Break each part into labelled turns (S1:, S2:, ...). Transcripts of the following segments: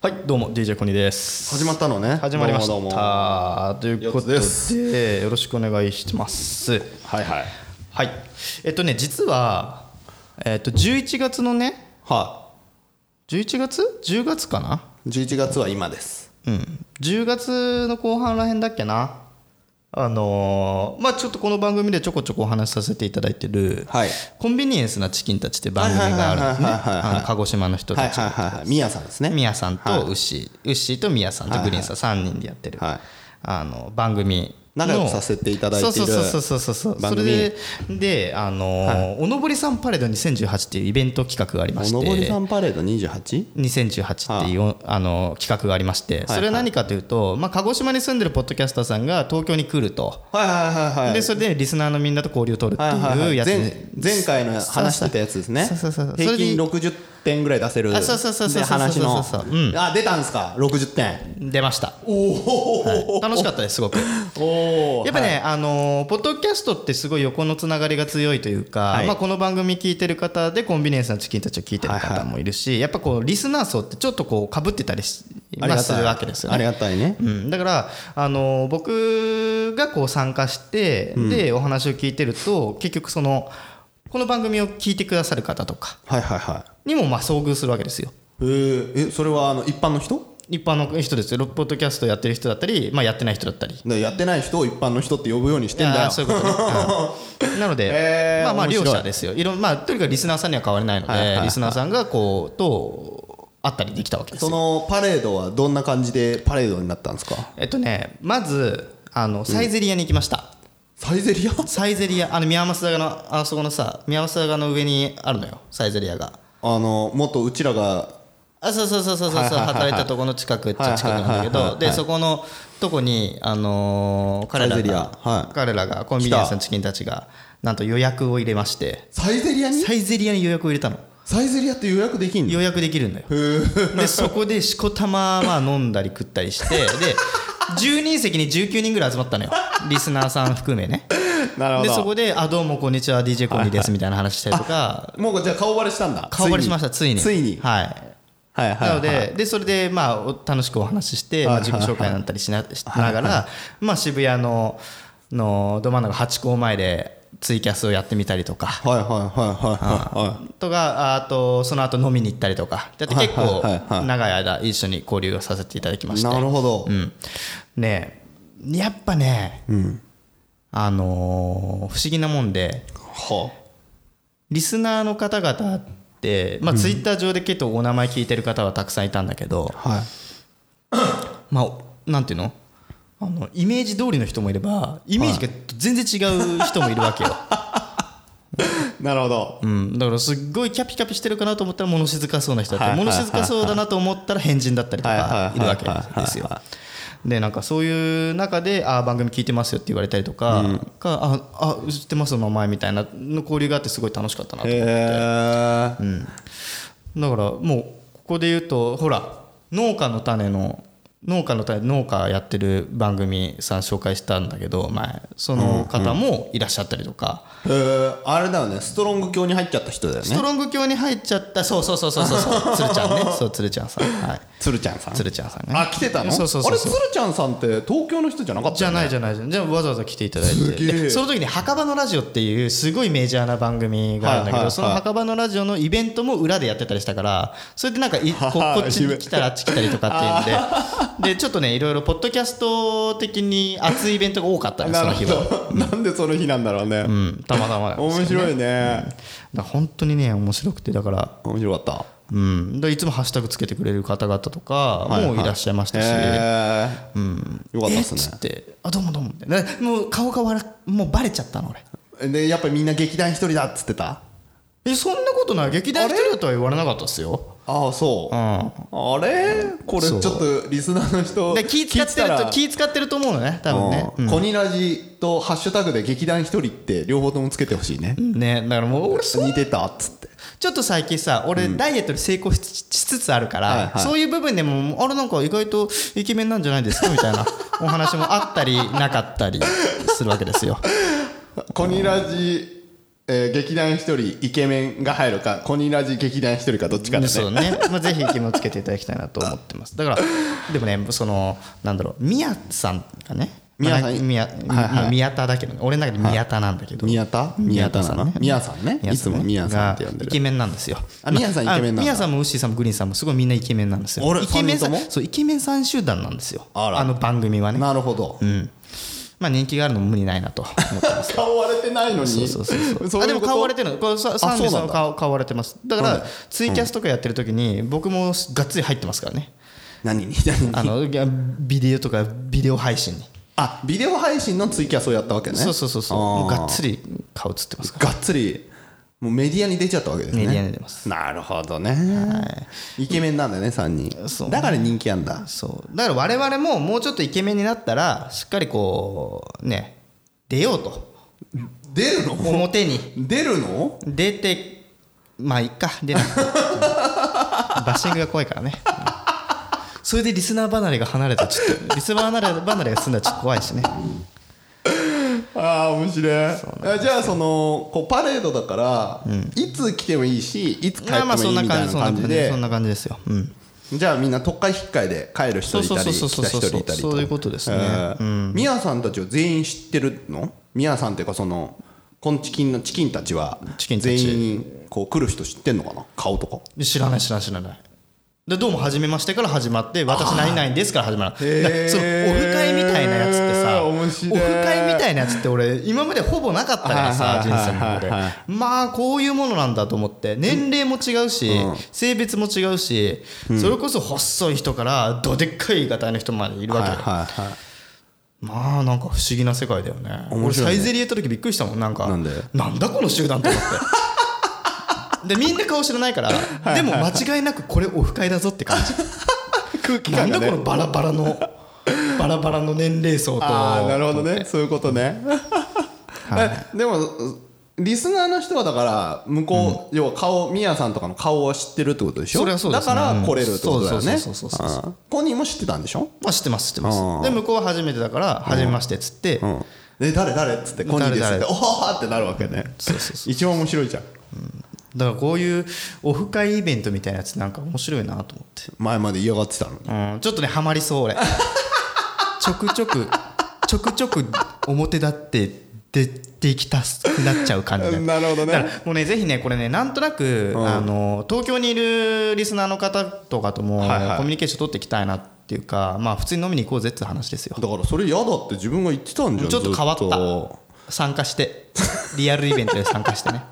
S1: はいどうも DJ コニーです
S2: 始まったのね
S1: 始まりまし
S2: どうもどう
S1: たということで
S2: よっつ
S1: よろしくお願いします
S2: はいはい
S1: はいえっとね実はえっと11月のね
S2: は
S1: 11月 ?10 月かない
S2: 11月は今です
S1: うん10月の後半らへんだっけなあのーまあちょっとこの番組でちょこちょこお話しさせていただいてる、
S2: はい
S1: コンビニエンスなチキンたちって番組があるんですね
S2: はいはいはいはいはい
S1: あの鹿児島の人
S2: はい
S1: たち
S2: はいはいはいみやさんですね
S1: ミヤさんとウッシーウッシーとミヤさんとグリーンさん3人でやってる
S2: はい
S1: あの番組の
S2: 仲良くさせていただいている
S1: そうそうそうそうそうそう
S2: 番
S1: それ
S2: 組
S1: でであのーおのぼりさんパレード2018っていうイベント企画がありま
S2: お
S1: して
S2: のぼりさんパレード 28?
S1: 2018っていう、あの企画がありまして、それは何かというと、まあ、鹿児島に住んでるポッドキャスターさんが東京に来ると、
S2: はいはいはいは
S1: で
S2: い
S1: それでリスナーのみんなと交流を取るって
S2: はいはい
S1: い
S2: は
S1: う
S2: い
S1: やつ、
S2: 前前回の話してたやつですね
S1: そうそうそうそう
S2: 平均
S1: それで
S2: 60点ぐらい出せる
S1: あそうそうそうそう
S2: で話の
S1: そうそうそうそうう
S2: あ出たんすか60点
S1: 出ました、
S2: おお
S1: はい楽しかったですすごく
S2: おお
S1: やっぱね、あのーポッドキャストってすごい横のつながりが強いというか、
S2: はい
S1: まあ、この番組聞いてる方でコンビニエンスのチキンたちを聞いてる方もいるし、やっぱこうリスナー層ってちょっとこう被ってたりし、
S2: あり
S1: まあ
S2: が
S1: す
S2: たい
S1: るわけですよ
S2: あり
S1: ね。
S2: がたいね
S1: うん、だから、あのー僕がこう参加して、でお話を聞いてると結局そのこの番組を聞いてくださる方とか
S2: はいはいは
S1: にもまあ遭遇するわけですよ。
S2: いえーえそれはあの一般の人
S1: 一般の人ですよ、ポッドキャストやってる人だったり、まあ、やってない人だったり、
S2: だからやってない人を一般の人って呼ぶようにしてんだ
S1: あー
S2: よ
S1: そういうことね、 うんなので、
S2: えー
S1: まあまあ
S2: 面白
S1: 両
S2: い
S1: 者ですよいろん、まあ、とにかくリスナーさんには変わりないので、
S2: はいはいはい
S1: リスナーさんがこうと会ったりできたわけです
S2: そ
S1: よ
S2: のパレードはどんな感じでパレードになったんですか
S1: えっとねまずあのサイゼリアに行きました、
S2: サイゼリア
S1: サイゼリアあの宮益坂のあそこのさ宮益坂の上にあるのよサイゼリアが
S2: あの元うちらが
S1: あそうそうそうそうそう、
S2: はいはいはいはい
S1: 働いたとこの近くっちゃ近くなんだけど、
S2: はいはいはいはい
S1: でそこのとこに、あのー彼ら
S2: サイゼリア
S1: が、
S2: はい
S1: 彼らがコンビニエンスのチキンたちがなんと予約を入れまして
S2: サイゼリアに
S1: サイゼリアに予約を入れたの
S2: サイゼリアって予約できんの
S1: 予約できるんだよでそこでしこたままあ飲んだり食ったり してで10人席に19人ぐらい集まったのよリスナーさん含めね
S2: な
S1: でそこで「あどうもこんにちは DJ コンビです」みたいな話したりとか
S2: もうじゃあ顔バレしたんだ
S1: 顔バレしましたついに
S2: ついに
S1: はい
S2: はい
S1: なの
S2: はい
S1: ででそれでまあお楽しくお話ししてまあ自己紹介なんたりしなしながらまあ渋谷ののど真ん中八甲前でツイキャスをやってみたりとか
S2: はいはいはいはいは
S1: とかあとその後飲みに行ったりとかだって結構
S2: はいはいはいはい
S1: 長い間一緒に交流をさせていただきま
S2: い
S1: して
S2: なるほど
S1: うん、ねえやっぱね、あのー不思議なもんで
S2: は
S1: リスナーの方々って、まあ、ツイッター上で結構お名前聞いてる方はたくさんいたんだけど、
S2: あはい
S1: まあ、なんていうのあのイメージ通りの人もいればイメージが全然違う人もいるわ けよ、
S2: なるほど
S1: うん、だからすっごいキャピキャピしてるかなと思ったら物静かそうな人だったり
S2: はい
S1: 物静かそうだなと思ったら変人だったりとか
S2: はい
S1: いるわけですよ。でなんかそういう中で「あー番組聞いてますよ」って言われたりとか「かああ知ってますお名前」みたいなの交流があってすごい楽しかったなと
S2: へえ
S1: だからもうここで言うとほら農家の種の農家の種農家やってる番組さん紹介したんだけど前その方もいらっしゃったりとか。
S2: えーあれだよねストロング教に入っちゃった人だよ
S1: スト
S2: ね
S1: ロング教に入っちゃったそうそうそうそうそうそう鶴ちゃん ねそう鶴ちゃんさんはい
S2: つるちゃんさん
S1: 鶴ちゃんさんね
S2: あ来てたの
S1: そうそうそうそう
S2: あれつるちゃんさんって東京の人じゃなかった
S1: じゃないじゃないじゃないじゃあわざわざ来ていただいて
S2: すげえ
S1: でその時に「墓場のラジオ」っていうすごいメジャーな番組があるんだけど、
S2: はいはいはい
S1: その墓場のラジオのイベントも裏でやってたりしたからそれでなんかいここっちに来たらあっち来たりとかっていうんででちょっとねいろいろポッドキャスト的に熱いイベントが多かったねその日は、
S2: ど なんでその日なんだろうね、
S1: うん、たまたまなんですよ
S2: 面白いね、
S1: だから本当にね面白くてだから
S2: 面白かった
S1: うん、でいつもハッシュタグつけてくれる方々とかもいらっしゃいましたし、
S2: へえよかった
S1: え
S2: で
S1: っつ
S2: す
S1: って「あどうもどうも」ってなもう顔が笑もうバレちゃったの俺
S2: ねでやっぱりみんな劇団一人だっつってた
S1: えそんなことない劇団一人だとは言われなかったっすよ
S2: ああそう、あれこれち
S1: そ
S2: ょ
S1: う
S2: っとリスナーの人
S1: で気使ってると気使ってると思うのね多分ね、
S2: うんコニラジとハッシュタグで劇団一人って両方ともつけてほしいね、
S1: うんねだからもう俺そ
S2: 似てたっつって
S1: ちょっと最近さ俺ダイエットに成功ししつつあるから、
S2: はいはい
S1: そういう部分でもあれなんか意外とイケメンなんじゃないですかみたいなお話もあったりなかったりするわけですよ
S2: コニラジえー劇団一人イケメンが入るかコニラジ劇団一人かどっちかだね
S1: そうね、まあ、ぜひ気もつけていただきたいなと思ってますだからでもねそのなんだろう宮さんがね
S2: 宮さん
S1: まあ宮まあ宮田だけどね俺の中で宮田なんだけど、
S2: 宮田宮田なの宮さんね
S1: 宮
S2: いつも宮さんって呼んで
S1: がイ
S2: る
S1: ケメンなんですよ
S2: あ宮さん
S1: まあ
S2: イケメンなんだ
S1: 宮さんもウッシーさんもグリーンさんもすごいみんなイケメンなんですよ
S2: あれ
S1: イケメンさん
S2: 三人とも
S1: そうイケメンさん集団なんですよ
S2: あら
S1: の番組はね
S2: なるほど
S1: うんまあ人気があるのも無理ない なと思ってます
S2: 顔割れてないのに
S1: そうそうそうそう
S2: そう
S1: あ
S2: い
S1: で
S2: う
S1: も
S2: こと
S1: 顔割れてるのこれさ
S2: そう
S1: サ
S2: なん
S1: ン
S2: だ
S1: デーさんは顔顔割れてますだからツイキャスとかやってる時に僕もがっつり入ってますからね
S2: 何に何に
S1: あのいやビデオとかビデオ配信に
S2: あビデオ配信のツイキャスをやったわけね
S1: そうそうそうそう
S2: あー
S1: もうがっつり顔映ってますから
S2: がっつりもうメディアに出ちゃったわけですね
S1: メディアに出ます
S2: なるほどね、イケメンなんだよね3人
S1: そう
S2: だから人気あんだ
S1: そうだから我々ももうちょっとイケメンになったらしっかりこうね出ようと
S2: 出るの
S1: 表に
S2: 出るの
S1: 出てまあいっか出なくてバッシングが怖いからねそれでリスナー離れが離れたらちょっとリスナー離れ離れが済んだらちょっと怖いしね
S2: ああ面白いあじゃあそのこうパレードだから、いつ来てもいいしいつ帰って
S1: まあまあ
S2: も
S1: そん
S2: いい
S1: な
S2: みたい
S1: 感じ
S2: な
S1: そんな感
S2: 感じ
S1: じ
S2: で
S1: そんな感じですようん
S2: じゃあみんな特会引っかえで帰る人いたり
S1: そうそうそう
S2: 来
S1: そう
S2: た人いたりと
S1: そういうことですね
S2: えーミヤさんたちを全員知ってるのミヤさんっていうかそのこんチキンのチキンたちは
S1: チキンたち
S2: 全員こう来る人知ってんのかな顔とか
S1: 知らない知らない知らないでどうも初めましてから始まって私何々ですから始まる
S2: ー
S1: だからそのオフ会みたいなやつってさオ
S2: 面
S1: フ
S2: 白い
S1: 会みたいなやつって俺今までほぼなかったからさ
S2: はい
S1: 人
S2: はい
S1: 生の中
S2: はいはいは
S1: でまあこういうものなんだと思って年齢も違うし性別も違うしそれこそ細い人からどでっかい方の人までいるわけよ
S2: はいはい
S1: まあなんか不思議な世界だよね
S2: 面
S1: 俺
S2: 白いね
S1: サイゼリヤ行った時びっくりしたもんなんか
S2: なんで
S1: なんだこの集団と思ってでみんな顔知らないからでも間違いなくこれオフ会だぞって感
S2: 空気
S1: じなん
S2: 感が
S1: だ
S2: ね
S1: このバラバラのバラバラの年齢層と
S2: ああなるほどねそういうことね えでもリスナーの人はだから向こう、要は顔ミヤさんとかの顔は知ってるってことでしょ
S1: それはそうですね
S2: だから来れるってことだよ
S1: う
S2: ね
S1: んそうそうそうそうそう
S2: うんコニーも知ってたんでしょ
S1: まあ知ってます知ってま
S2: うん
S1: すで向こうは初めてだから初めましてっつって
S2: うんえ誰誰っつってコニーですっ
S1: 誰
S2: て
S1: 誰
S2: おおってなるわけね
S1: そうそうそ
S2: 一番面白いじゃん
S1: うだからこういうオフ会イベントみたいなやつなんか面白いなと思って
S2: 前まで嫌がってたのに
S1: うん、ちょっとねハマりそう俺ちょくちょくちょくちょく表立って出てきたくなっちゃう感じだ
S2: なるほどね
S1: だからもうねぜひねこれねなんとなく、あの東京にいるリスナーの方とかとも、
S2: はいはい
S1: コミュニケーション取っていきたいなっていうかまあ普通に飲みに行こうぜって話ですよ
S2: だからそれ嫌だって自分が言ってたんじゃん
S1: ちょっと変わっ
S2: ずと
S1: た参加してリアルイベントで参加してね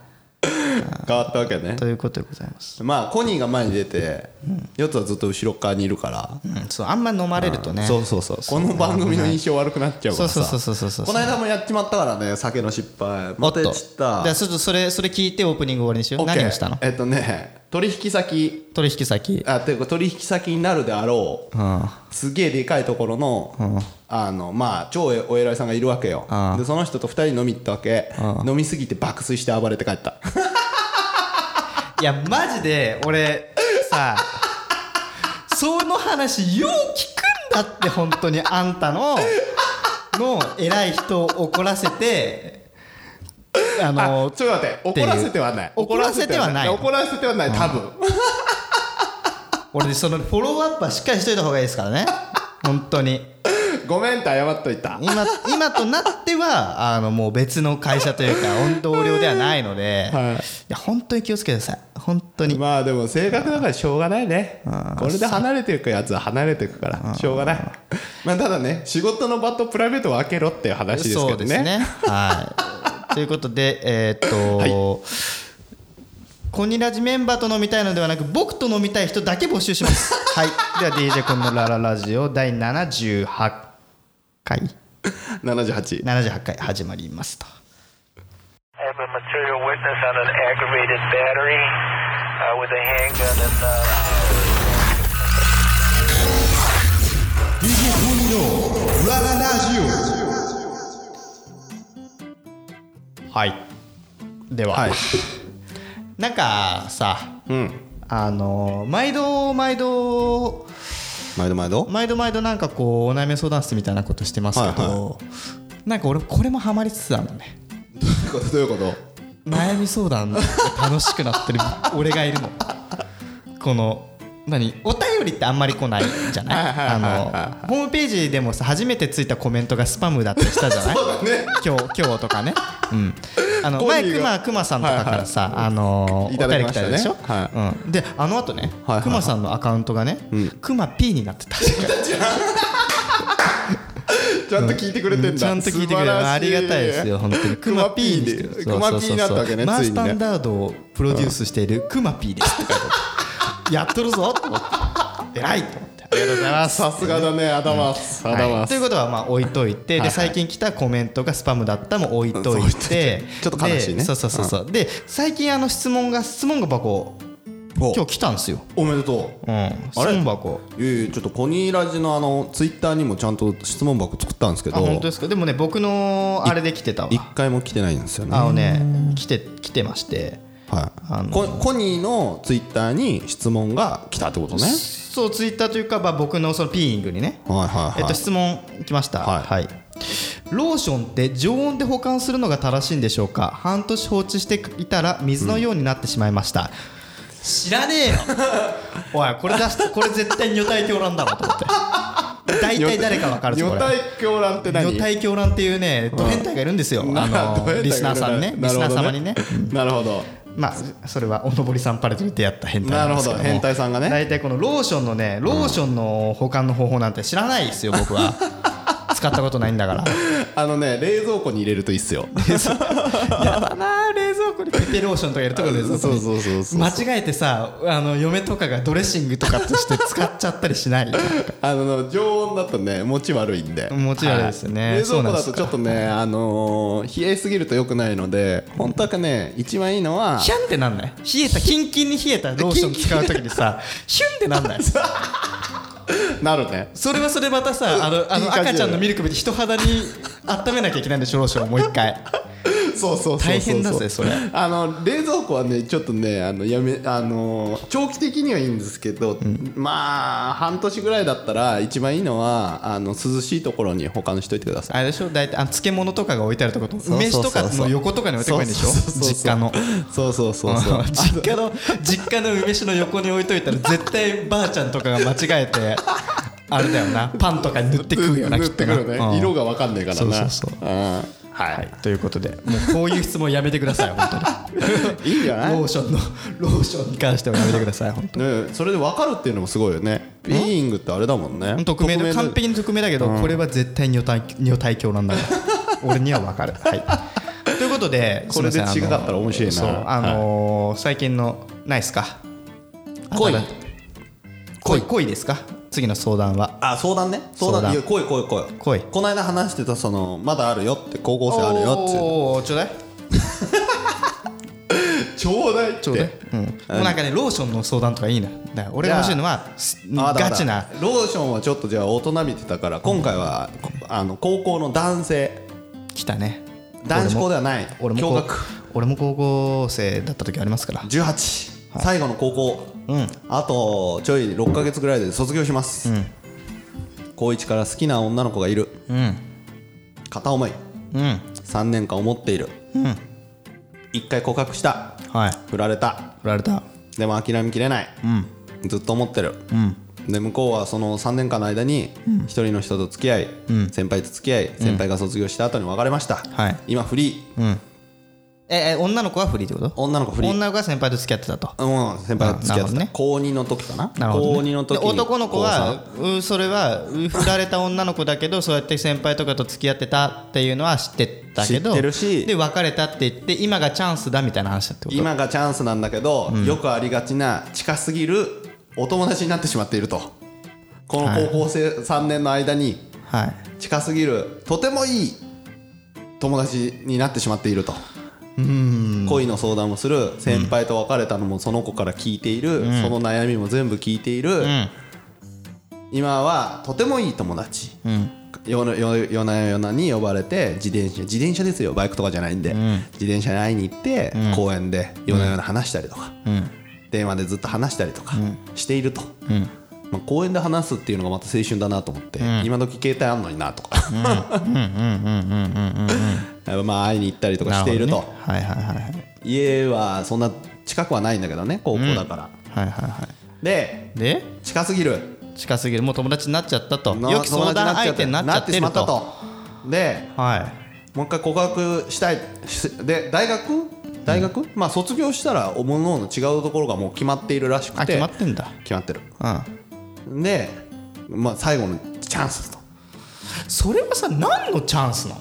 S2: 変わったわけね
S1: ということでございます、
S2: まあコニーが前に出てやつはずっと後ろっ側にいるから
S1: うん、そうあんま飲まれるとね、
S2: そうそうそうこの番組の印象悪くなっちゃうからさ
S1: そうそうそうそうそうそう
S2: この間もやっちまったからね酒の失敗またやっちった
S1: じゃあちょっとそれそれ聞いてオープニング終わりにしよう
S2: OK
S1: 何をしたの
S2: えっとね取引先
S1: 取引先
S2: あていうか取引先になるであろう
S1: うん
S2: すげえでかいところの,、あのまあ超お偉いさんがいるわけよでその人と2人飲み行ったわけ飲みすぎて爆睡して暴れて帰った
S1: いやマジで俺さその話よう聞くんだって本当にあんたのの偉い人を怒らせてあの
S2: ちょっと待って
S1: てい
S2: 怒
S1: う
S2: らせてはない
S1: 怒らせてはない
S2: 怒らせてはない多分
S1: 俺そのフォローアップはしっかりしといた方がいいですからね本当に
S2: ごめんって謝っといた
S1: 今今となってはあのもう別の会社というか本同僚ではないので、
S2: はい
S1: いや本当に気をつけてください本当に
S2: まあでも性格だからしょうがないねこれで離れていくやつは離れていくからしょうがないまあただね仕事の場とプライベートを分けろっていう話です
S1: そ
S2: け
S1: う
S2: ど
S1: です
S2: ね
S1: ね。はい。 ということで、えーっと、コニラジメンバーと飲みたいのではなく、僕と飲みたい人だけ募集し ます。はい。では、DJ コンのラララジオ第78回、
S2: 78
S1: 78回始まりますと。
S3: I have a material witness on an aggravated battery uh, with a handgun and. Uh
S4: DJ コニーのラララジオ
S1: はい。では、
S2: はい
S1: なんかさ、
S2: うん
S1: あの毎度毎度
S2: 毎度 毎度
S1: 毎度毎度なんかこうお悩み相談室みたいなことしてますけど、
S2: はい
S1: なんか俺これもハマりつつあるのね
S2: どういうこと
S1: 悩み相談が楽しくなってる俺がいるのこの何お便りってあんまり来ないじゃないあのホームページでもさ初めてついたコメントがスパムだったりしたじゃない今日今日とかね、うん、あの
S2: コー
S1: 前
S2: ヒー
S1: く
S2: が
S1: まくまさんとかからさ、あのー
S2: いた
S1: お
S2: だ
S1: 便
S2: き
S1: り
S2: ま
S1: 来
S2: した
S1: た
S2: ね
S1: でしょ、
S2: は
S1: うん、であのあとね、
S2: はいはい
S1: くまさんのアカウントがね、くま P になってた
S2: ちゃんと聞いてくれてんだ、
S1: ちゃんと聞いてくれる
S2: 素晴らし
S1: ありがたいですよ本当に
S2: クマ P
S1: で
S2: ですす
S1: そう
S2: クマ P になった
S1: そうそう
S2: わけねつ
S1: そ
S2: いうに
S1: マースタン
S2: ね
S1: ダードをプロデュースしているクマ P ですって書いてあるやっとるぞと思って偉いと思ってありがとうございます
S2: さすがだね頭す
S1: は
S2: 頭
S1: い、と
S2: す
S1: いうことはまあ置いといて、で最近来たコメントがスパムだったも置い といて
S2: ちょっと悲しいね
S1: でそうそうそうそう、で最近あの質問が質問箱
S2: お
S1: 今日来たんですよ、
S2: おめでとう
S1: うん、質問箱
S2: いやいやちょっとコニーラジのあのツイッターにもちゃんと質問箱作ったんですけ
S1: あ
S2: ど
S1: 本当ですかでもね僕のあれで来てたわ
S2: 一回も来てないんですよね
S1: あ
S2: は
S1: のね来て来てましてあの
S2: いココニーのツイッターに質問が来たってことね
S1: そうツイッターというか、まあ、僕のそのピーイングにね、
S2: はいはい
S1: えっ
S2: は
S1: と、
S2: い
S1: 質問来ました、
S2: はい
S1: ローションって常温で保管するのが正しいんでしょうか半年放置していたら水のようになってしまいました、知らねえよ おいこれ出してこれ絶対女体狂乱だろと思 って大体誰か分かるぞこ
S2: 女
S1: れ
S2: 体狂乱って何
S1: 女体狂乱っていうねド変態がいるんですよ、あ
S2: などうやったら
S1: のリスナーさんねリ
S2: なる
S1: ス
S2: ほど
S1: ナー様にね
S2: なるほど
S1: まあそれはおのぼりさんパレットに出会った変態なんですけども
S2: なるほど変態さんがね
S1: 大体このローションのねローションの保管の方法なんて知らない ですよ僕は使ったことないんだから
S2: あのね冷蔵庫に入れるといいっ すよ
S1: やだな冷蔵庫にペペローションとかやるとこで
S2: そうそうそうそうそう
S1: 間違えてさあの嫁とかがドレッシングとかとして使っちゃったりしない
S2: あの常温だとね持ち悪いんで
S1: 持ち悪いですよね
S2: はい冷
S1: そう
S2: 蔵
S1: なんで
S2: 庫だ
S1: す
S2: と
S1: か
S2: ちょっとねあのー冷えすぎると良くないので本当はね一番いいのは
S1: ヒャンってなんない冷えたキンキンに冷えたローション使う時に さヒュンってなんない
S2: なるね
S1: それはそれまたさあのあ
S2: いい
S1: の
S2: 感じだよ
S1: 赤ちゃんのミルク見て人肌に温めなきゃいけないんでしょローションをもう一回。
S2: そうそうそうそう
S1: 大変だぜそれ
S2: あの冷蔵庫はねちょっとねあのやめあの長期的にはいいんですけど、まあ半年ぐらいだったら一番いいのはあの涼しいところに保管しといてください
S1: あれでしょ大体あの漬物とかが置いてあるとこと
S2: そう
S1: 梅
S2: そ
S1: 酒と
S2: うそうそう
S1: かの横とかに置いてこいんでしょ
S2: そうそうそうそう
S1: 実家の
S2: そうそうそうそう
S1: 実家の実家の梅酒の横に置いといたら絶対ばあちゃんとかが間違え てあれだよなパンとかに塗ってくるよな
S2: 塗
S1: きっ
S2: っ
S1: と
S2: てく
S1: な
S2: るね、
S1: うん
S2: 色が分かんないからな
S1: そうそうそう
S2: うんはい
S1: ということでもうこういう質問やめてください本
S2: いいんじゃ
S1: 当に
S2: な
S1: ロ
S2: い
S1: ーションのローションに関してはやめてください本当に
S2: ね、それで分かるっていうのもすごいよねビーイングってあれだもんね
S1: 匿名
S2: で
S1: で完璧に匿名だけどこれは絶対女体女体狂なんだから俺には分かるはいということで
S2: これです
S1: いません
S2: 違かったら面白いな
S1: そうあのー最近のないですか
S2: 恋
S1: 新しい恋恋ですか次の相談は
S2: あ相談ね相
S1: 相談
S2: 談いや来い来い来い
S1: 来い
S2: この間話してたそのまだあるよって高校生あるよっていう
S1: おーちょうだい
S2: ちょうだいって
S1: ちょうだい、うん、もうなんかねローションの相談とかいいなだから俺が欲しいのはす
S2: あだから
S1: ガチな
S2: ローションはちょっとじゃあ大人びてたから今回は、こあの高校の男性
S1: 来たね
S2: 男子校ではない
S1: 俺も
S2: 共
S1: 俺もこ
S2: 学
S1: う俺も高校生だった時ありますから
S2: 18、最後の高校、あとちょい6ヶ月ぐらいで卒業します、高1から好きな女の子がいる、片思い
S1: うん
S2: 3年間思っている、一1回告白した
S1: はい
S2: 振られた
S1: 振られた
S2: でも諦めきれない、ずっと思ってる、で向こうはその3年間の間に一人の人と付き合い、先輩と付き合い先輩が卒業した後に別れました、
S1: はい
S2: 今フリー、
S1: ええ女の子はフリーってこと
S2: 女の子フリー
S1: 女の子が先輩と付き合ってたと
S2: うん、先輩が付き合
S1: な
S2: ってた、
S1: るほどね
S2: 高2の時かな
S1: なるほ
S2: 高
S1: ど、
S2: 2
S1: ね、
S2: の
S1: で
S2: 時に
S1: 男の子
S2: 高
S1: はうそれはう振られた女の子だけどそうやって先輩とかと付き合ってたっていうのは知ってたけど
S2: 知ってるし
S1: で別れたって言って今がチャンスだみたいな話だってこと
S2: 今がチャンスなんだけど、よくありがちな近すぎるお友達になってしまっているとこの高校生3年の間に
S1: はい
S2: 近すぎるとてもいい友達になってしまっていると恋の相談もする先輩と別れたのもその子から聞いている、その悩みも全部聞いている、
S1: ん
S2: 今はとてもいい友達、夜な夜夜な夜なに呼ばれて自転車自転車ですよバイクとかじゃないんで、自転車に会いに行って、公園で夜な夜な話したりとか、電話でずっと話したりとかしていると、まあ公園で話すっていうのがまた青春だなと思って、今時携帯あんのになとか やっぱまあ会いに行ったりとかしている
S1: な
S2: と
S1: ほどねはいはいはいはい
S2: 家はそんな近くはないんだけどね高校だから、
S1: はいはいは
S2: で
S1: いで
S2: 近すぎる
S1: 近すぎるもう友達になっちゃったと
S2: の
S1: 良き相談相手になっちゃってる
S2: な
S1: と
S2: ってしまったとで
S1: は
S2: もう一回告白したいしで大学大学、まあ卒業したらおのおの違うところがもう決まっているらしくて
S1: あ決まってんだ
S2: 決まってる
S1: い、うん、
S2: で、まあ、最後のチャンスと
S1: それはさ何のチャンスなの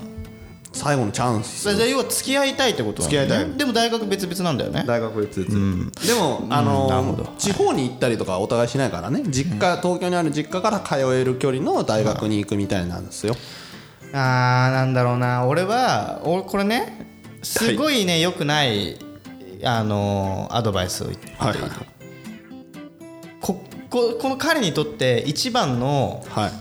S2: 最後のチャンス
S1: それで要は付き合いたいってことなの、ね、
S2: 付き合いたい
S1: でも大学別々なんだよね
S2: 大学別々、でも、
S1: な
S2: あ
S1: る
S2: の
S1: ほど
S2: 地方に行ったりとかお互いしないからね実家東京にある実家から通える距離の大学に行くみたいなんですよ、
S1: あーなんだろうな俺は俺これねすごいね良くないあのーアドバイスを言って
S2: はいはい
S1: こここの彼にとって一番の
S2: はい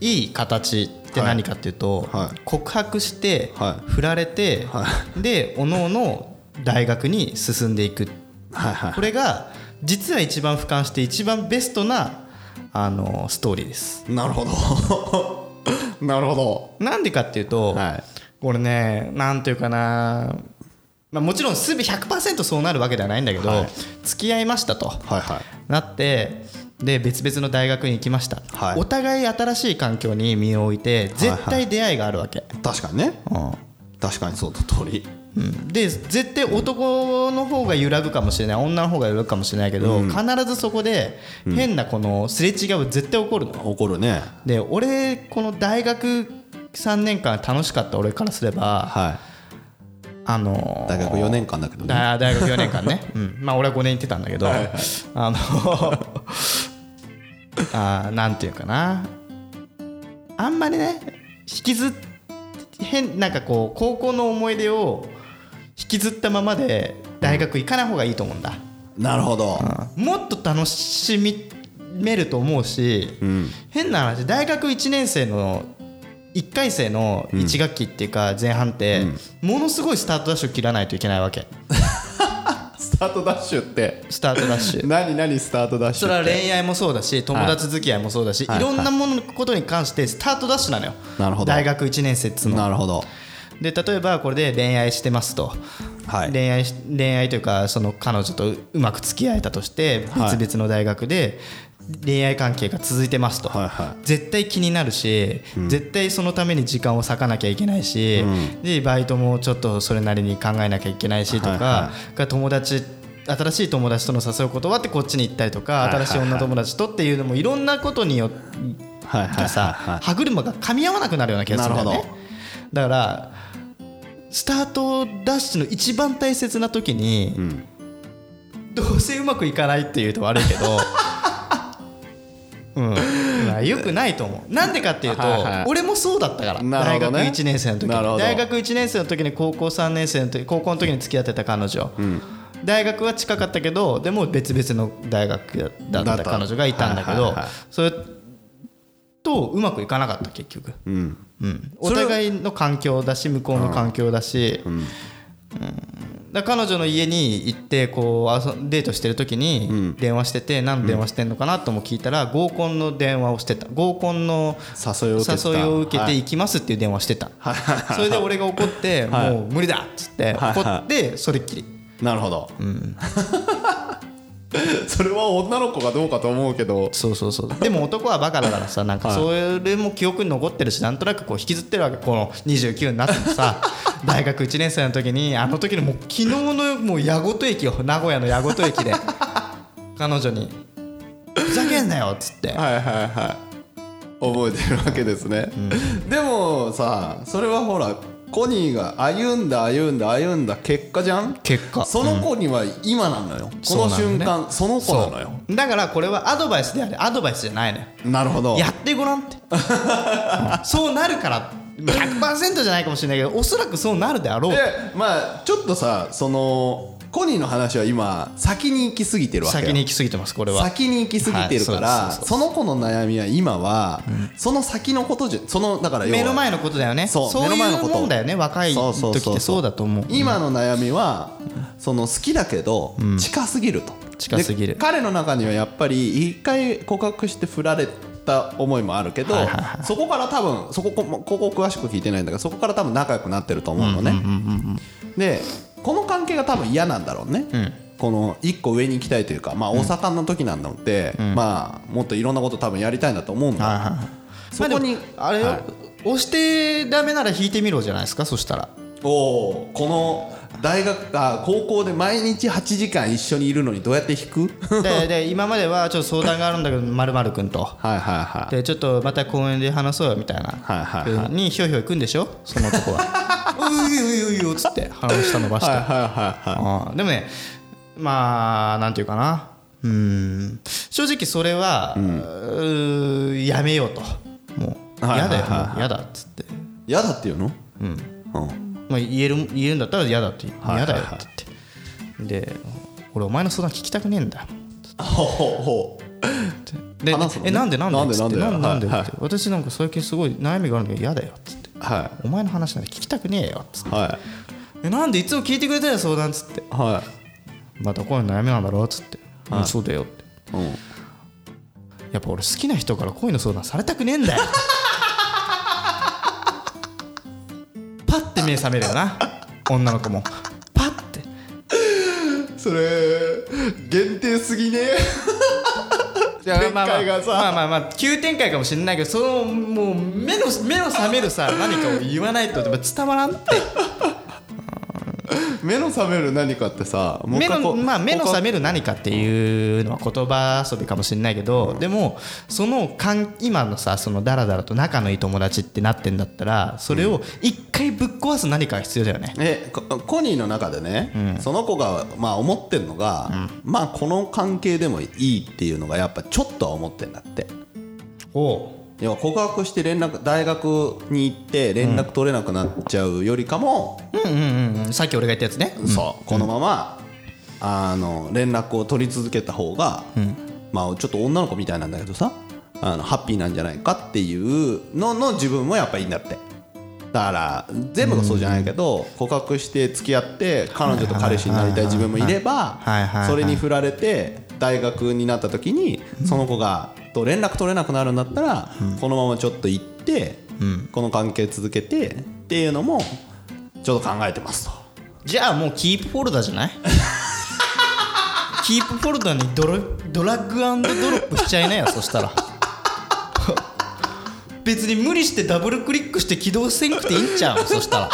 S1: いい形って何かっていうと、
S2: はい
S1: 告白して、
S2: は
S1: 振られて、
S2: は
S1: でおのおの大学に進んでいく
S2: はいはい
S1: これが実は一番俯瞰して一番ベストなあのストーリーです
S2: なるほど なるほ
S1: なんでかっていうと、
S2: どはい
S1: これねなんていうかな、まあ、もちろんすべ100%そうなるわけではないんだけど、
S2: はい
S1: 付き合いましたと
S2: はいはい
S1: なってで別々の大学に行きました、
S2: はい
S1: お互い新しい環境に身を置いて絶対出会いがあるわけ、
S2: 確かにね
S1: うん
S2: 確かにそうだ通り
S1: うんで絶対男の方が揺らぐかもしれない女の方が揺らぐかもしれないけど、必ずそこで変なこのすれ違いは絶対起こるの、
S2: 怒るね
S1: で俺この大学3年間楽しかった俺からすれば
S2: は
S1: あの
S2: い大学4年間だけどね
S1: だ大学4年間ね、 うん、まあ俺は5年行ってたんだけど、あの あーなんていうかなあんまりね引きずっ変なんかこう高校の思い出を引きずったままで大学行かない方がいいと思うんだ、
S2: なるほど
S1: もっと楽しみめると思うし、
S2: うん
S1: 変な話大学1年生の1回生の1学期っていうか前半って、ものすごいスタートダッシュ切らないといけないわけ
S2: スタートダッシュって
S1: スタートダッシュ
S2: 何何スタートダッシ
S1: そ
S2: ュ
S1: れ
S2: っ
S1: は
S2: て
S1: 恋愛もそうだし友達付き合いもそうだし、、
S2: はいい
S1: ろんなものことに関してスタートダッシュなのよ
S2: なるほど
S1: 大学1年生っつうの
S2: なるほど
S1: で例えばこれで恋愛してますと、
S2: はい
S1: 恋愛し恋愛というかその彼女とうまく付き合えたとして
S2: はい
S1: 別々の大学で恋愛関係が続いてますと、
S2: はいはい
S1: 絶対気になるし、絶対そのために時間を割かなきゃいけないし、でバイトもちょっとそれなりに考えなきゃいけないしとか,、
S2: はいは
S1: 友達新しい友達との誘うことはってこっちに行ったりとか、
S2: いはいはい
S1: 新しい女友達とっていうのもいろんなことによって
S2: はいはい
S1: がさ、
S2: はい
S1: 歯車が噛み合わなくなるような気がするんだよ
S2: な
S1: ね
S2: るほ
S1: だからスタートダッシュの一番大切な時に、
S2: ん
S1: どうせうまくいかないっていうと悪いけどうんまあ、よくないと思うなんでかっていうと、
S2: はいはい
S1: 俺もそうだったから、
S2: な
S1: 大
S2: るほど
S1: 学
S2: ね
S1: 1年生の時に
S2: なるほど
S1: 大学1年生の時に高校3年生の時高校の時に付き合ってた彼女、大学は近かったけどでも別々の大学だった彼女がいたんだけど、
S2: はいはいはい
S1: それとうまくいかなかった結局、
S2: うん
S1: うん、お
S2: それ
S1: 互いの環境だし向こうの環境だし、うんだから彼女の家に行ってこう遊んデートしてる時に電話してて何の電話してんのかなとも聞いたら合コンの電話をしてた合コンの
S2: 誘いを受けてた
S1: 誘いを受け
S2: は
S1: て
S2: い
S1: 行きますっていう電話してた、それで俺が怒って
S2: はい
S1: もう無理だっつって
S2: はい
S1: 怒ってそれっきり
S2: なるほど それは女の子がどうかと思うけど
S1: そうそうそうでも男はバカだからさなんかそれも記憶に残ってるしなんとなくこう引きずってるわけこの29になっても さ大学1年生の時にあの時のもう昨日のもう矢事駅よ名古屋の矢事駅で彼女に「ふざけんなよ」っつって
S2: はいはいはい覚えてるわけですね、でもさそれはほらコニーが歩んだ歩んだ歩んだ結果じゃん
S1: 結果
S2: その子には今なのよ、こ
S1: そう
S2: の
S1: なのね
S2: 瞬間その子なのよ
S1: そうだからこれはアドバイスであれアドバイスじゃないのよ
S2: なるほど
S1: やってごらん って、うんそうなるから100%じゃないかもしれないけどおそらくそうなるであろう
S2: でまあちょっとさそのコニーの話は今先に行き過ぎてるわけよ
S1: 先に行き過ぎてますこれは
S2: 先に行き過ぎてるから、
S1: はいそうです
S2: その子の悩みは今は、その先のことじゃそのだから要は
S1: 目の前のことだよね
S2: そう
S1: い
S2: 目の前の
S1: う
S2: こと
S1: もんだよね若い
S2: そうそうそう
S1: 時ってそうだと思う
S2: 今の悩みはその好きだけど近すぎると、
S1: 近すぎる
S2: で彼の中にはやっぱり一回告白して振られた思いもあるけど、
S1: はいはいは
S2: そこから多分そここここ詳しく聞いてないんだけどそこから多分仲良くなってると思うのね、でこの関係が多分嫌なんだろうね、
S1: ん
S2: この一個上に行きたいというか、まあ、大阪の時なんだので、まあ、もっといろんなこと多分やりたいんだと思うんだ、
S1: はいはいはい
S2: そこに、
S1: あれよ、
S2: はい
S1: 押してダメなら引いてみろじゃないですかそしたら
S2: おーこの大学か高校で毎日8時間一緒にいるのにどうやって引く
S1: でで今まではちょっと相談があるんだけどまる君と
S2: はいはいはい
S1: でちょっとまた公園で話そうよみたいな、
S2: はいはいはい
S1: にひょいひょい行くんでしょその男 はういういういうつって鼻の下伸ばして、
S2: はいはいはい
S1: うんでもねまあなんていうかなうん正直それは、うーやめようともう
S2: はい
S1: 嫌
S2: はいは
S1: だ
S2: い
S1: よもう嫌だっつって、
S2: 嫌だって言うのうん、
S1: まあ、言える言えるんだったら嫌だって
S2: はいはい
S1: 嫌だよって言ってで俺お前の相談聞きたくねえんだ
S2: ほうほうほ
S1: で
S2: 話すのね
S1: えなんでなんで
S2: なんで
S1: つって
S2: なん
S1: な
S2: で
S1: んなんで
S2: はいはい
S1: って私なんか最近すごい悩みがあるんだけど嫌だよっつって
S2: うは
S1: お前の話なんて聞きたくねえよっつって
S2: いは
S1: えなんでいつも聞いてくれたよ相談っつって
S2: いは
S1: またこういうの悩みなんだろうっつって、うんそうだよって
S2: い、うん、
S1: やっぱ俺好きな人から恋の相談されたくねえんだよ パッて目覚めるよな女の子もパッて
S2: それ限定すぎね
S1: じゃあまあまあ
S2: 展開がさ
S1: まあまあまあ急展開かもしれないけどそのもう目の目の覚めるさ何かを言わないとやっぱ伝わらんって
S2: 目の覚める何かってさもう
S1: 目
S2: 一回こ
S1: の
S2: う
S1: まあ目の
S2: もう
S1: 覚
S2: 一
S1: める何かっていうのは言葉遊びかもしれないけど、でもそのかん今のさそのダラダラと仲のいい友達ってなってんだったらそれを一回ぶっ壊す何かが必要だよね、
S2: 回えこコニーの中でね、その子が、まあ、思ってるのが、まあこの関係でもいいっていうのがやっぱちょっとは思ってんだって
S1: お
S2: 要は告白して連絡大学に行って連絡取れなくなっちゃうよりかも、
S1: うんうんうんうんさっき俺が言ったやつね
S2: そうこのまま、あの連絡を取り続けた方が、まあちょっと女の子みたいなんだけどさあのハッピーなんじゃないかっていうのの自分もやっぱいいんだってだから全部がそうじゃないけど、告白して付き合って彼女と彼氏になりたい自分もいれば
S1: はいはいはいはい
S2: それに振られて大学になった時にその子がと連絡取れなくなるんだったら、このままちょっと行って、この関係続けてっていうのもちょっと考えてますと。
S1: じゃあもうキープフォルダじゃないキープフォルダにドロドラッグドロップしちゃいなよそしたら別に無理してダブルクリックして起動せんくていいんちゃうそしたら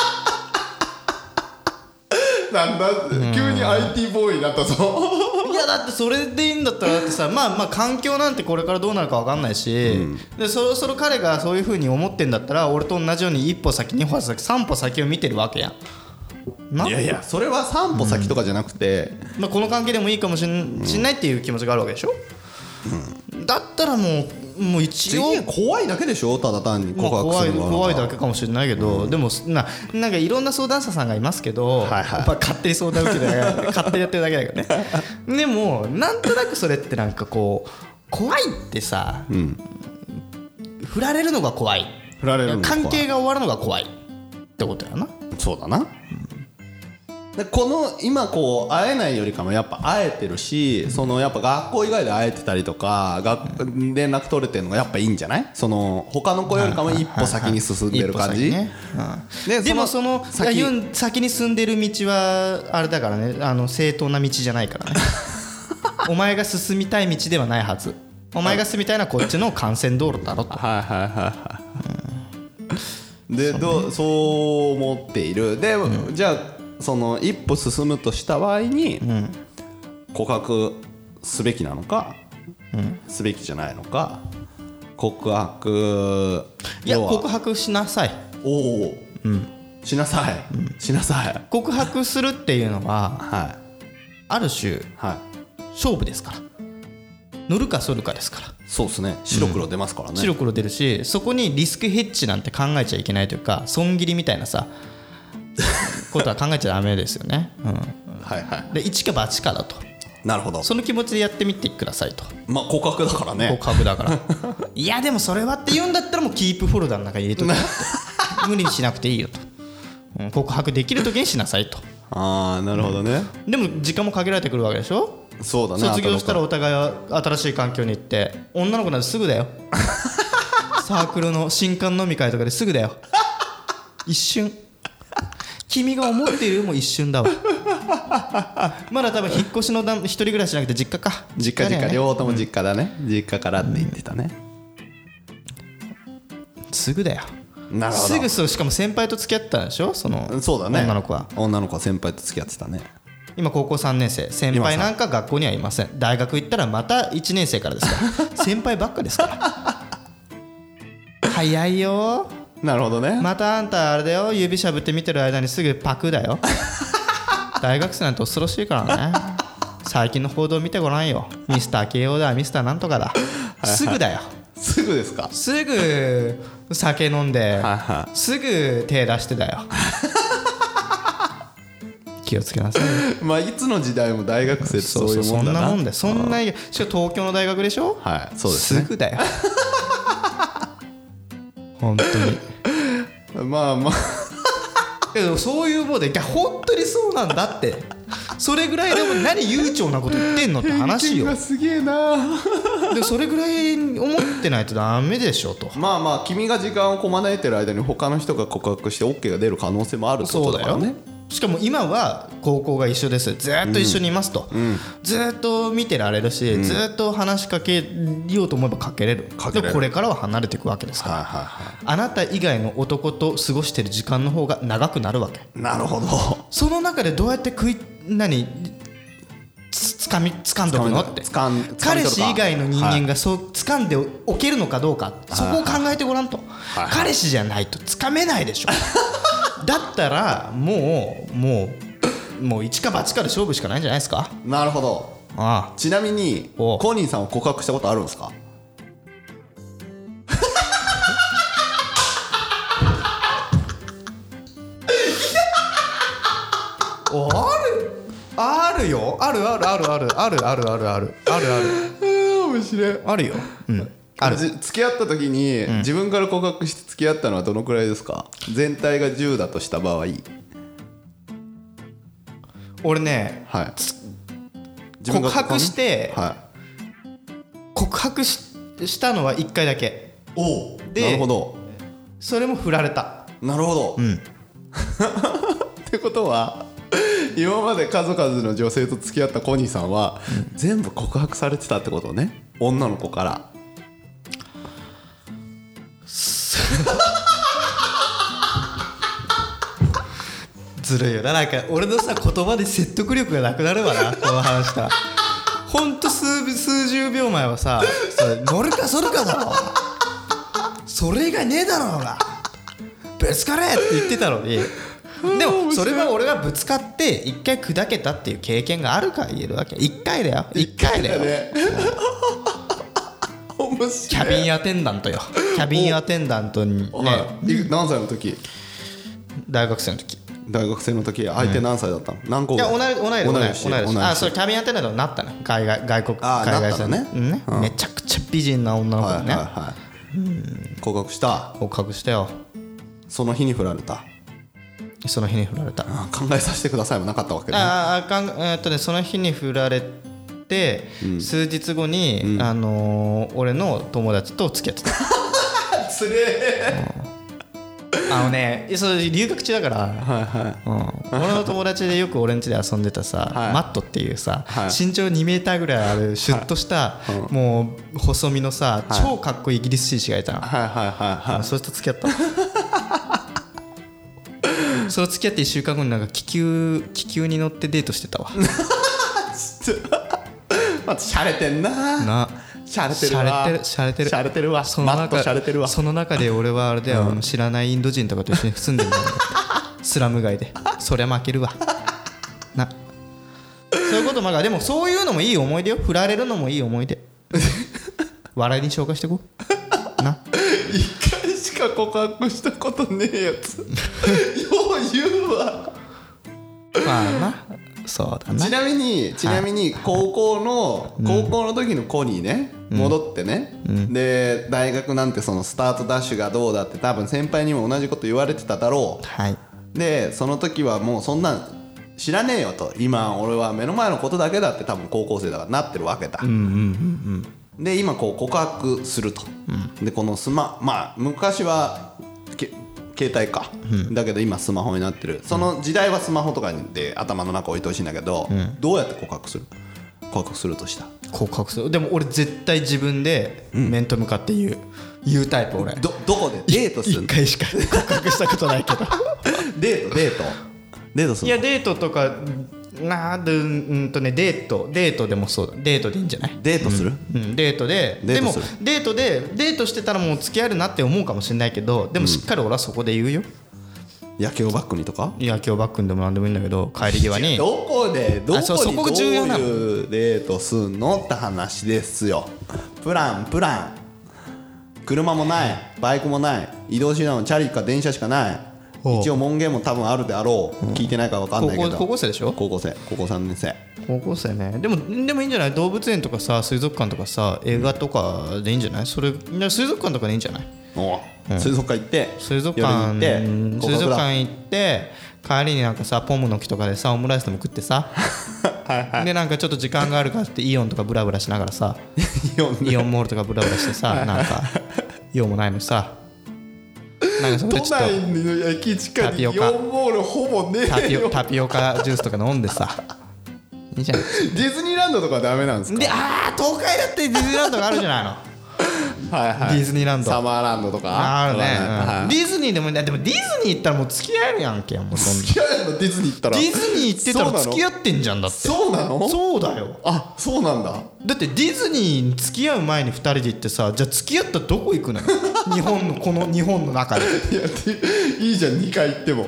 S2: なんだ急に IT ボーイになっ たぞ
S1: いやだってそれでいいんだったらだってさまあまあ環境なんてこれからどうなるか分かんないし、でそろそろ彼がそういうふうに思ってんだったら俺と同じように一歩先二歩先三歩先を見てるわけやんない
S2: やいやそれは3歩先とかじゃなくて、
S1: まあ、この関係でもいいかもしんしんないっていう気持ちがあるわけでしょ、だったらもうもう一
S2: 次
S1: 応
S2: 怖いだけでしょただ単に
S1: まあ、
S2: 告白す
S1: 怖い
S2: るのは
S1: 怖いだけかもしれないけど、でもななんかいろんな相談者さんがいますけど、
S2: はいはい
S1: やっぱ勝手に相談受けて 勝手にやってるだけだけどねでもなんとなくそれってなんかこう怖いってさ、振られるのが怖い
S2: 振られるのが怖い
S1: 関係が終わるのが怖いってことやな
S2: そうだな、でこの今こう会えないよりかもやっぱ会えてるしそのやっぱ学校以外で会えてたりとか学連絡取れてるのがやっぱいいんじゃないその他の子よりかも一歩先に進んでる感じ、
S1: 一歩先ねうん
S2: で
S1: でもそ
S2: そ
S1: の
S2: の
S1: 先
S2: 先
S1: 先に進んでる道はあれだからねあの正当な道じゃないから ねお前が進みたい道ではないはずお前が進みたいのはこっちの幹線道路だろと
S2: はいはいはいはい。でどうそう思っているで、じゃあその一歩進むとした場合に、告白すべきなのか、すべきじゃないのか告白
S1: いや
S2: 要は
S1: 告白しなさい
S2: おお、しなさい、しなさい
S1: 告白するっていうのは
S2: は
S1: ある種
S2: いはい
S1: 勝負ですから乗るか反るかですから
S2: そうですね白黒出ますからね、
S1: 白黒出るしそこにリスクヘッジなんて考えちゃいけないというか損切りみたいなさことは考えちゃダメですよね、うん、
S2: はいは
S1: で一か八かだと
S2: いなるほど
S1: その気持ちでやってみてくださいと
S2: まあ告白だからね
S1: 告白だから いやでもそれはって言うんだったらもうキープフォルダの中に入れと く無理にしなくていいよと、うん告白できる時にしなさいと
S2: ああなるほどね、
S1: でも時間も限られてくるわけでしょ
S2: そうだね
S1: 卒業したら
S2: あ
S1: お互いは新しい環境に行って女の子なんてすぐだ よサークルの新刊飲み会とかですぐだよ一瞬君が思っているよりも一瞬だわまだ多分引っ越しの段一人暮らしじゃなくて実家か
S2: と実家
S1: だ
S2: 実
S1: よ
S2: 家
S1: ね
S2: 両方とも実家だね実家からって言ってたね
S1: すぐだよ
S2: なるほど
S1: すぐそうしかも先輩と付き合ったんでしょその
S2: そうだね
S1: 女の子は
S2: 女の子は先輩と付き合ってたね
S1: 今高校3年生先輩なんか学校にはいません大学行ったらまた1年生からですから 先輩ばっかです から早いよ
S2: なるほどね、
S1: またあんたあれだよ指しゃぶって見てる間にすぐパクだよ大学生なんて恐ろしいからね最近の報道見てごらんよミスター慶応だミスターなんとかだすぐだよ
S2: すぐですか
S1: すぐ酒飲んで
S2: はいは
S1: すぐ手出してだ よ気をつけなさいよ
S2: まあいつの時代も大学生ってそういうもんだな
S1: そんなもんだよそんなしかも東京の大学でしょ
S2: はいそうですね
S1: すぐ だよ本当に
S2: まあまあ
S1: けどそういうもんでいや本当にそうなんだってそれぐらいでも何悠長なこと言ってんのって話よ
S2: がすげえな
S1: でそれぐらい思ってないとダメでしょと
S2: まあまあ君が時間をこまねいてる間に他の人が告白して OK が出る可能性もあるってこ
S1: そ
S2: と
S1: う
S2: だ
S1: だ
S2: から
S1: よ
S2: ね
S1: しかも今は高校が一緒ですずーっと一緒にいますと、ずーっと見てられるし、ずーっと話しかけようと思えばかけれる
S2: かけれる
S1: でこれからは離れていくわけですから、
S2: はいはいは
S1: あなた以外の男と過ごしてる時間の方が長くなるわけ
S2: いなるほど
S1: その中でどうやって食い何つつかみ掴んどくのって
S2: つかんつかみ
S1: 彼
S2: 取る
S1: 氏
S2: か
S1: 以外の人間がそう掴んでおけるのかどうかそこを考えてごらんと
S2: い
S1: 彼氏じゃないと掴めない でしょだったらもうもうもう一か八かで勝負しかないんじゃないですか
S2: なるほど
S1: あ
S2: ちなみに
S1: お
S2: コニーさんは告白したことあるんですか
S1: ああるあるよあるあるあるあるあるあるあるあるあ るある
S2: 面白い
S1: あるよ、うん、ある
S2: じ付き合った時に、自分から告白して付き合ったのはどのくらいですか全体が10だとした場合はい
S1: 俺ね
S2: 自分が
S1: 告白して
S2: は
S1: 告白ししたのは1回だけ
S2: い、おお
S1: で
S2: なるほど
S1: それも振られた
S2: なるほど、
S1: ん
S2: ってことは今まで数々の女性と付き合ったコニーさんは、全部告白されてたってことね女の子から
S1: ずるいよななんか俺のさ言葉で説得力がなくなるわ なこの話したらほんと数数十秒前はさ「それ乗るかそるかだろそれ以外ねえだろうが別かれ!」って言ってたのにでもそれは俺がぶつかって一回砕けたっていう経験があるから言えるわけ一回だよ一回だよ
S2: ね 面白い
S1: キャビンアテンダントよキャビンアテンダントにね
S2: はいいく何歳の時
S1: 大学生の時
S2: 大学生の時相手何歳だったの、何個
S1: いや同い同い年同い
S2: 年
S1: 年同い年あそれ
S2: 年
S1: キャビンアテンダントになったね海外外国
S2: あー
S1: 海外生
S2: なったのね
S1: うんね
S2: うん
S1: めちゃくちゃ美人な女の子
S2: はい
S1: だね
S2: はいはい告白した
S1: 告白したよ
S2: その日に振られた
S1: その日に振られたあ
S2: あ考えさせてくださいもなかったわけね
S1: ああかんえーっとねその日に振られて数日後にあのー俺の友達と付き合ってた
S2: つれ
S1: あのねそう留学中だから
S2: はいはい
S1: うん、俺の友達でよく俺ん家で遊んでたさ、
S2: はい
S1: マットっていうさ、
S2: はい
S1: 身長2メーターぐらいあるシュッとした、もう細身のさ、超かっこいいイギリス紳士がいたの、
S2: はいはいはい
S1: あ
S2: は
S1: それと付き合った その付き合って1週間後になんか気球気球に乗ってデートしてたわ
S2: いまたしゃれてんな
S1: な
S2: しゃれてるわ
S1: しゃれてるしゃれてる
S2: しゃれてるわ
S1: その
S2: マット
S1: 中
S2: しゃれてるわ
S1: その中で俺はあれだよ、知らないインド人とかと一緒に住んで るんだよスラム街でそりゃ負けるわなそういうこともあるからでもそういうのもいい思い出よ振られるのもいい思い出笑いに消化していこうな
S2: 一回しか告白したことねえやつ よう言うわ
S1: まあなそうだな
S2: ちなみにちなみに高校の高校の時の子にね戻ってね、で大学なんてそのスタートダッシュがどうだって多分先輩にも同じこと言われてただろ
S1: はいう
S2: でその時はもうそんなん知らねえよと今俺は目の前のことだけだって多分高校生だからなってるわけだ、で今こう告白すると、でこのスマまあ昔はけ携帯か、だけど今スマホになってるその時代はスマホとかで頭の中置いてほしいんだけど、どうやって告白する告白するとしたら
S1: 告白するでも俺絶対自分で面と向かって言う、言うタイプ俺
S2: どどこでデートす
S1: 一
S2: るの
S1: 回しか告白したことないけど
S2: デートデートデートす
S1: い
S2: る
S1: や
S2: の
S1: デートとかなーでうんとねデートデートでもそうだデートでいいんじゃない
S2: デートする、
S1: うん、デートで
S2: デ
S1: で
S2: ート
S1: も
S2: する
S1: デートでデートしてたらもう付き合えるなって思うかもしれないけどでもしっかり俺はそこで言うよ、
S2: 野球をバックにとか
S1: いや今日バックンでも何でもいいんだけど帰り際に
S2: どこでどこ
S1: あそうそ
S2: に
S1: こ
S2: ど
S1: が
S2: う
S1: 重要なの
S2: いうデートすんのって話ですよプランプラン車もないバイクもない移動手段はチャリか電車しかない
S1: ほう
S2: 一応門限も多分あるであろう聞いてないから分かんないけ
S1: 高
S2: ど
S1: 校高校生でしょ
S2: 高校生高校3年生
S1: 高校生ねでもでもいいんじゃない動物園とかさ水族館とかさ映画とかでいいんじゃないそれいや水族館とかでいいんじゃない
S2: お水族館行って
S1: 水族館
S2: 夜行って
S1: 水族
S2: 高校
S1: 館行って帰りになんかさポムの木とかでさオムライスでも食ってさでなんかちょっと時間があるからってイオンとかブラブラしながらさ
S2: イオン
S1: イオンモールとかブラブラしてさなんか用もないのにさなんかそこで
S2: プ
S1: ちょ
S2: ラ
S1: っ
S2: ン
S1: と
S2: 都内の駅近
S1: タ
S2: に
S1: ピオカ
S2: 4ボールほぼね
S1: タ
S2: え
S1: ピ
S2: よ
S1: オタピオカジュースとか飲んでさいいじゃん
S2: ディズニーランドとかダメなんですか
S1: であー東海だってディズニーランドがあるじゃないの
S2: はいはい
S1: ディズニーランド
S2: サマーランドとか
S1: あるね、
S2: は
S1: う
S2: い
S1: んディズニーでもいいなでもディズニー行ったらもう付き合えるやんけもうそんな
S2: 付き合えるのディズニー行ったら
S1: ディズニー行ってたら
S2: そうな
S1: 付
S2: の
S1: き合ってんじゃんだって
S2: そうなの
S1: そうだよ
S2: あそうなんだ
S1: だってディズニーに付き合う前に2人で行ってさじゃあ付き合ったらどこ行くの よ日本のこの日本の中で
S2: いやで いいじゃん2回行っても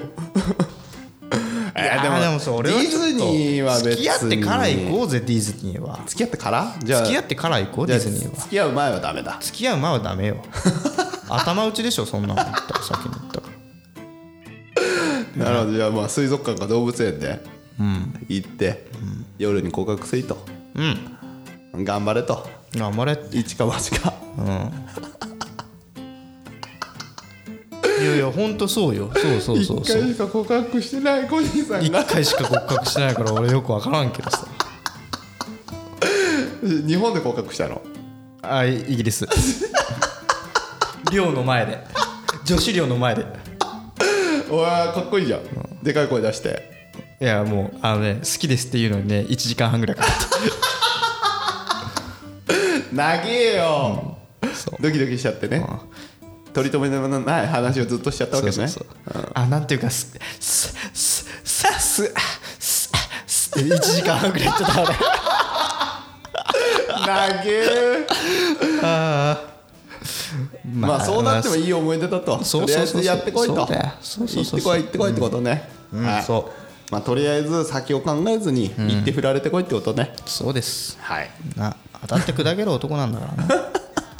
S2: え
S1: いやーでもそれは
S2: ディ
S1: ちょっと
S2: ズニーは別に
S1: 付き合ってから行こうぜディズニーは
S2: 付き合ってからじゃあ
S1: 付き合ってから行こう
S2: じ
S1: デ
S2: ゃ
S1: ィ
S2: あ
S1: ズニーは
S2: 付き合う前はダメだ
S1: 付き合う前はダメよ頭打ちでしょそんなの言ったら先に言ったら
S2: なるほどじゃあまあ水族館か動物園で行って、夜に告白せいと
S1: うん
S2: 頑張れと
S1: 頑張れって
S2: 一か八か
S1: いやいやほんとそうよそうそうそうそう
S2: しか告白してないコニーさ
S1: 一回しか骨格してないから俺よく分からんけどさ
S2: 日本で告白したの
S1: あイギリス 寮の前で女子寮の前で
S2: うわーかっこいいじゃん、でかい声出して
S1: いやもうあのね好きですっていうのにね1時間半ぐらいかかっ
S2: 長えよ、
S1: たそう
S2: ドキドキしちゃってね、取り留めのない話をずっとしちゃったわけ
S1: そう
S2: です
S1: そ
S2: ね
S1: うそうあなんていうかすすすさすあすあすって1時間半 ぐらいやっちゃった俺
S2: 長えまあそうなってもいい思い出だと
S1: そ
S2: と
S1: う
S2: りあ
S1: そ
S2: え
S1: うそうそう
S2: ずやってこいと
S1: そうだよそうそうそうそう
S2: 行ってこい行ってこいってことね
S1: ま
S2: は
S1: あ
S2: い
S1: そ
S2: まあとりあえず先を考えずに行って振られてこいってことね
S1: うそうです
S2: はい
S1: な当たって砕ける男なんだからな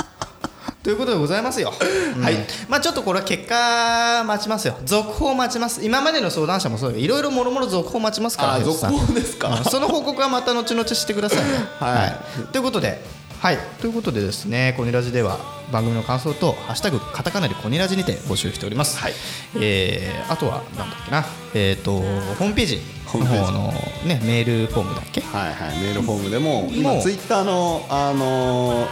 S1: ということでございますよ、はいまあちょっとこれは結果待ちますよ続報待ちます今までの相談者もそうだけどいろいろもろもろ続報待ちますから
S2: あー
S1: ヘルスさん
S2: 続報ですか
S1: うん その報告はまた後々してくださいね
S2: はい
S1: ということではいということでですねコニラジでは番組の感想とハッシュタグカタカナでコニラジにて募集しております、はいえー、あとはなんだっけなえっ、とホームページの方のねメールフォームだっけ
S2: はいはいメールフォームでも今
S1: もう
S2: ツイッターのあのー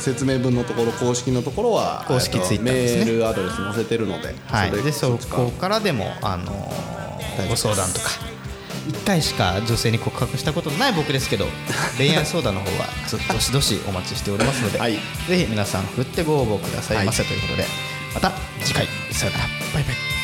S2: 説明文のところ公式のところは
S1: 公式
S2: えっと
S1: Twitter ですね
S2: メールアドレス載せてるので
S1: はい、で
S2: そ
S1: そ
S2: っちか
S1: こからでも、あのーご相談とか1回しか女性に告白したことのない僕ですけど恋愛相談の方はずっとどしどしお待ちしておりますので、
S2: はい
S1: ぜひ皆さん振ってご応募くださいませということで、また次回さよならバイバイ。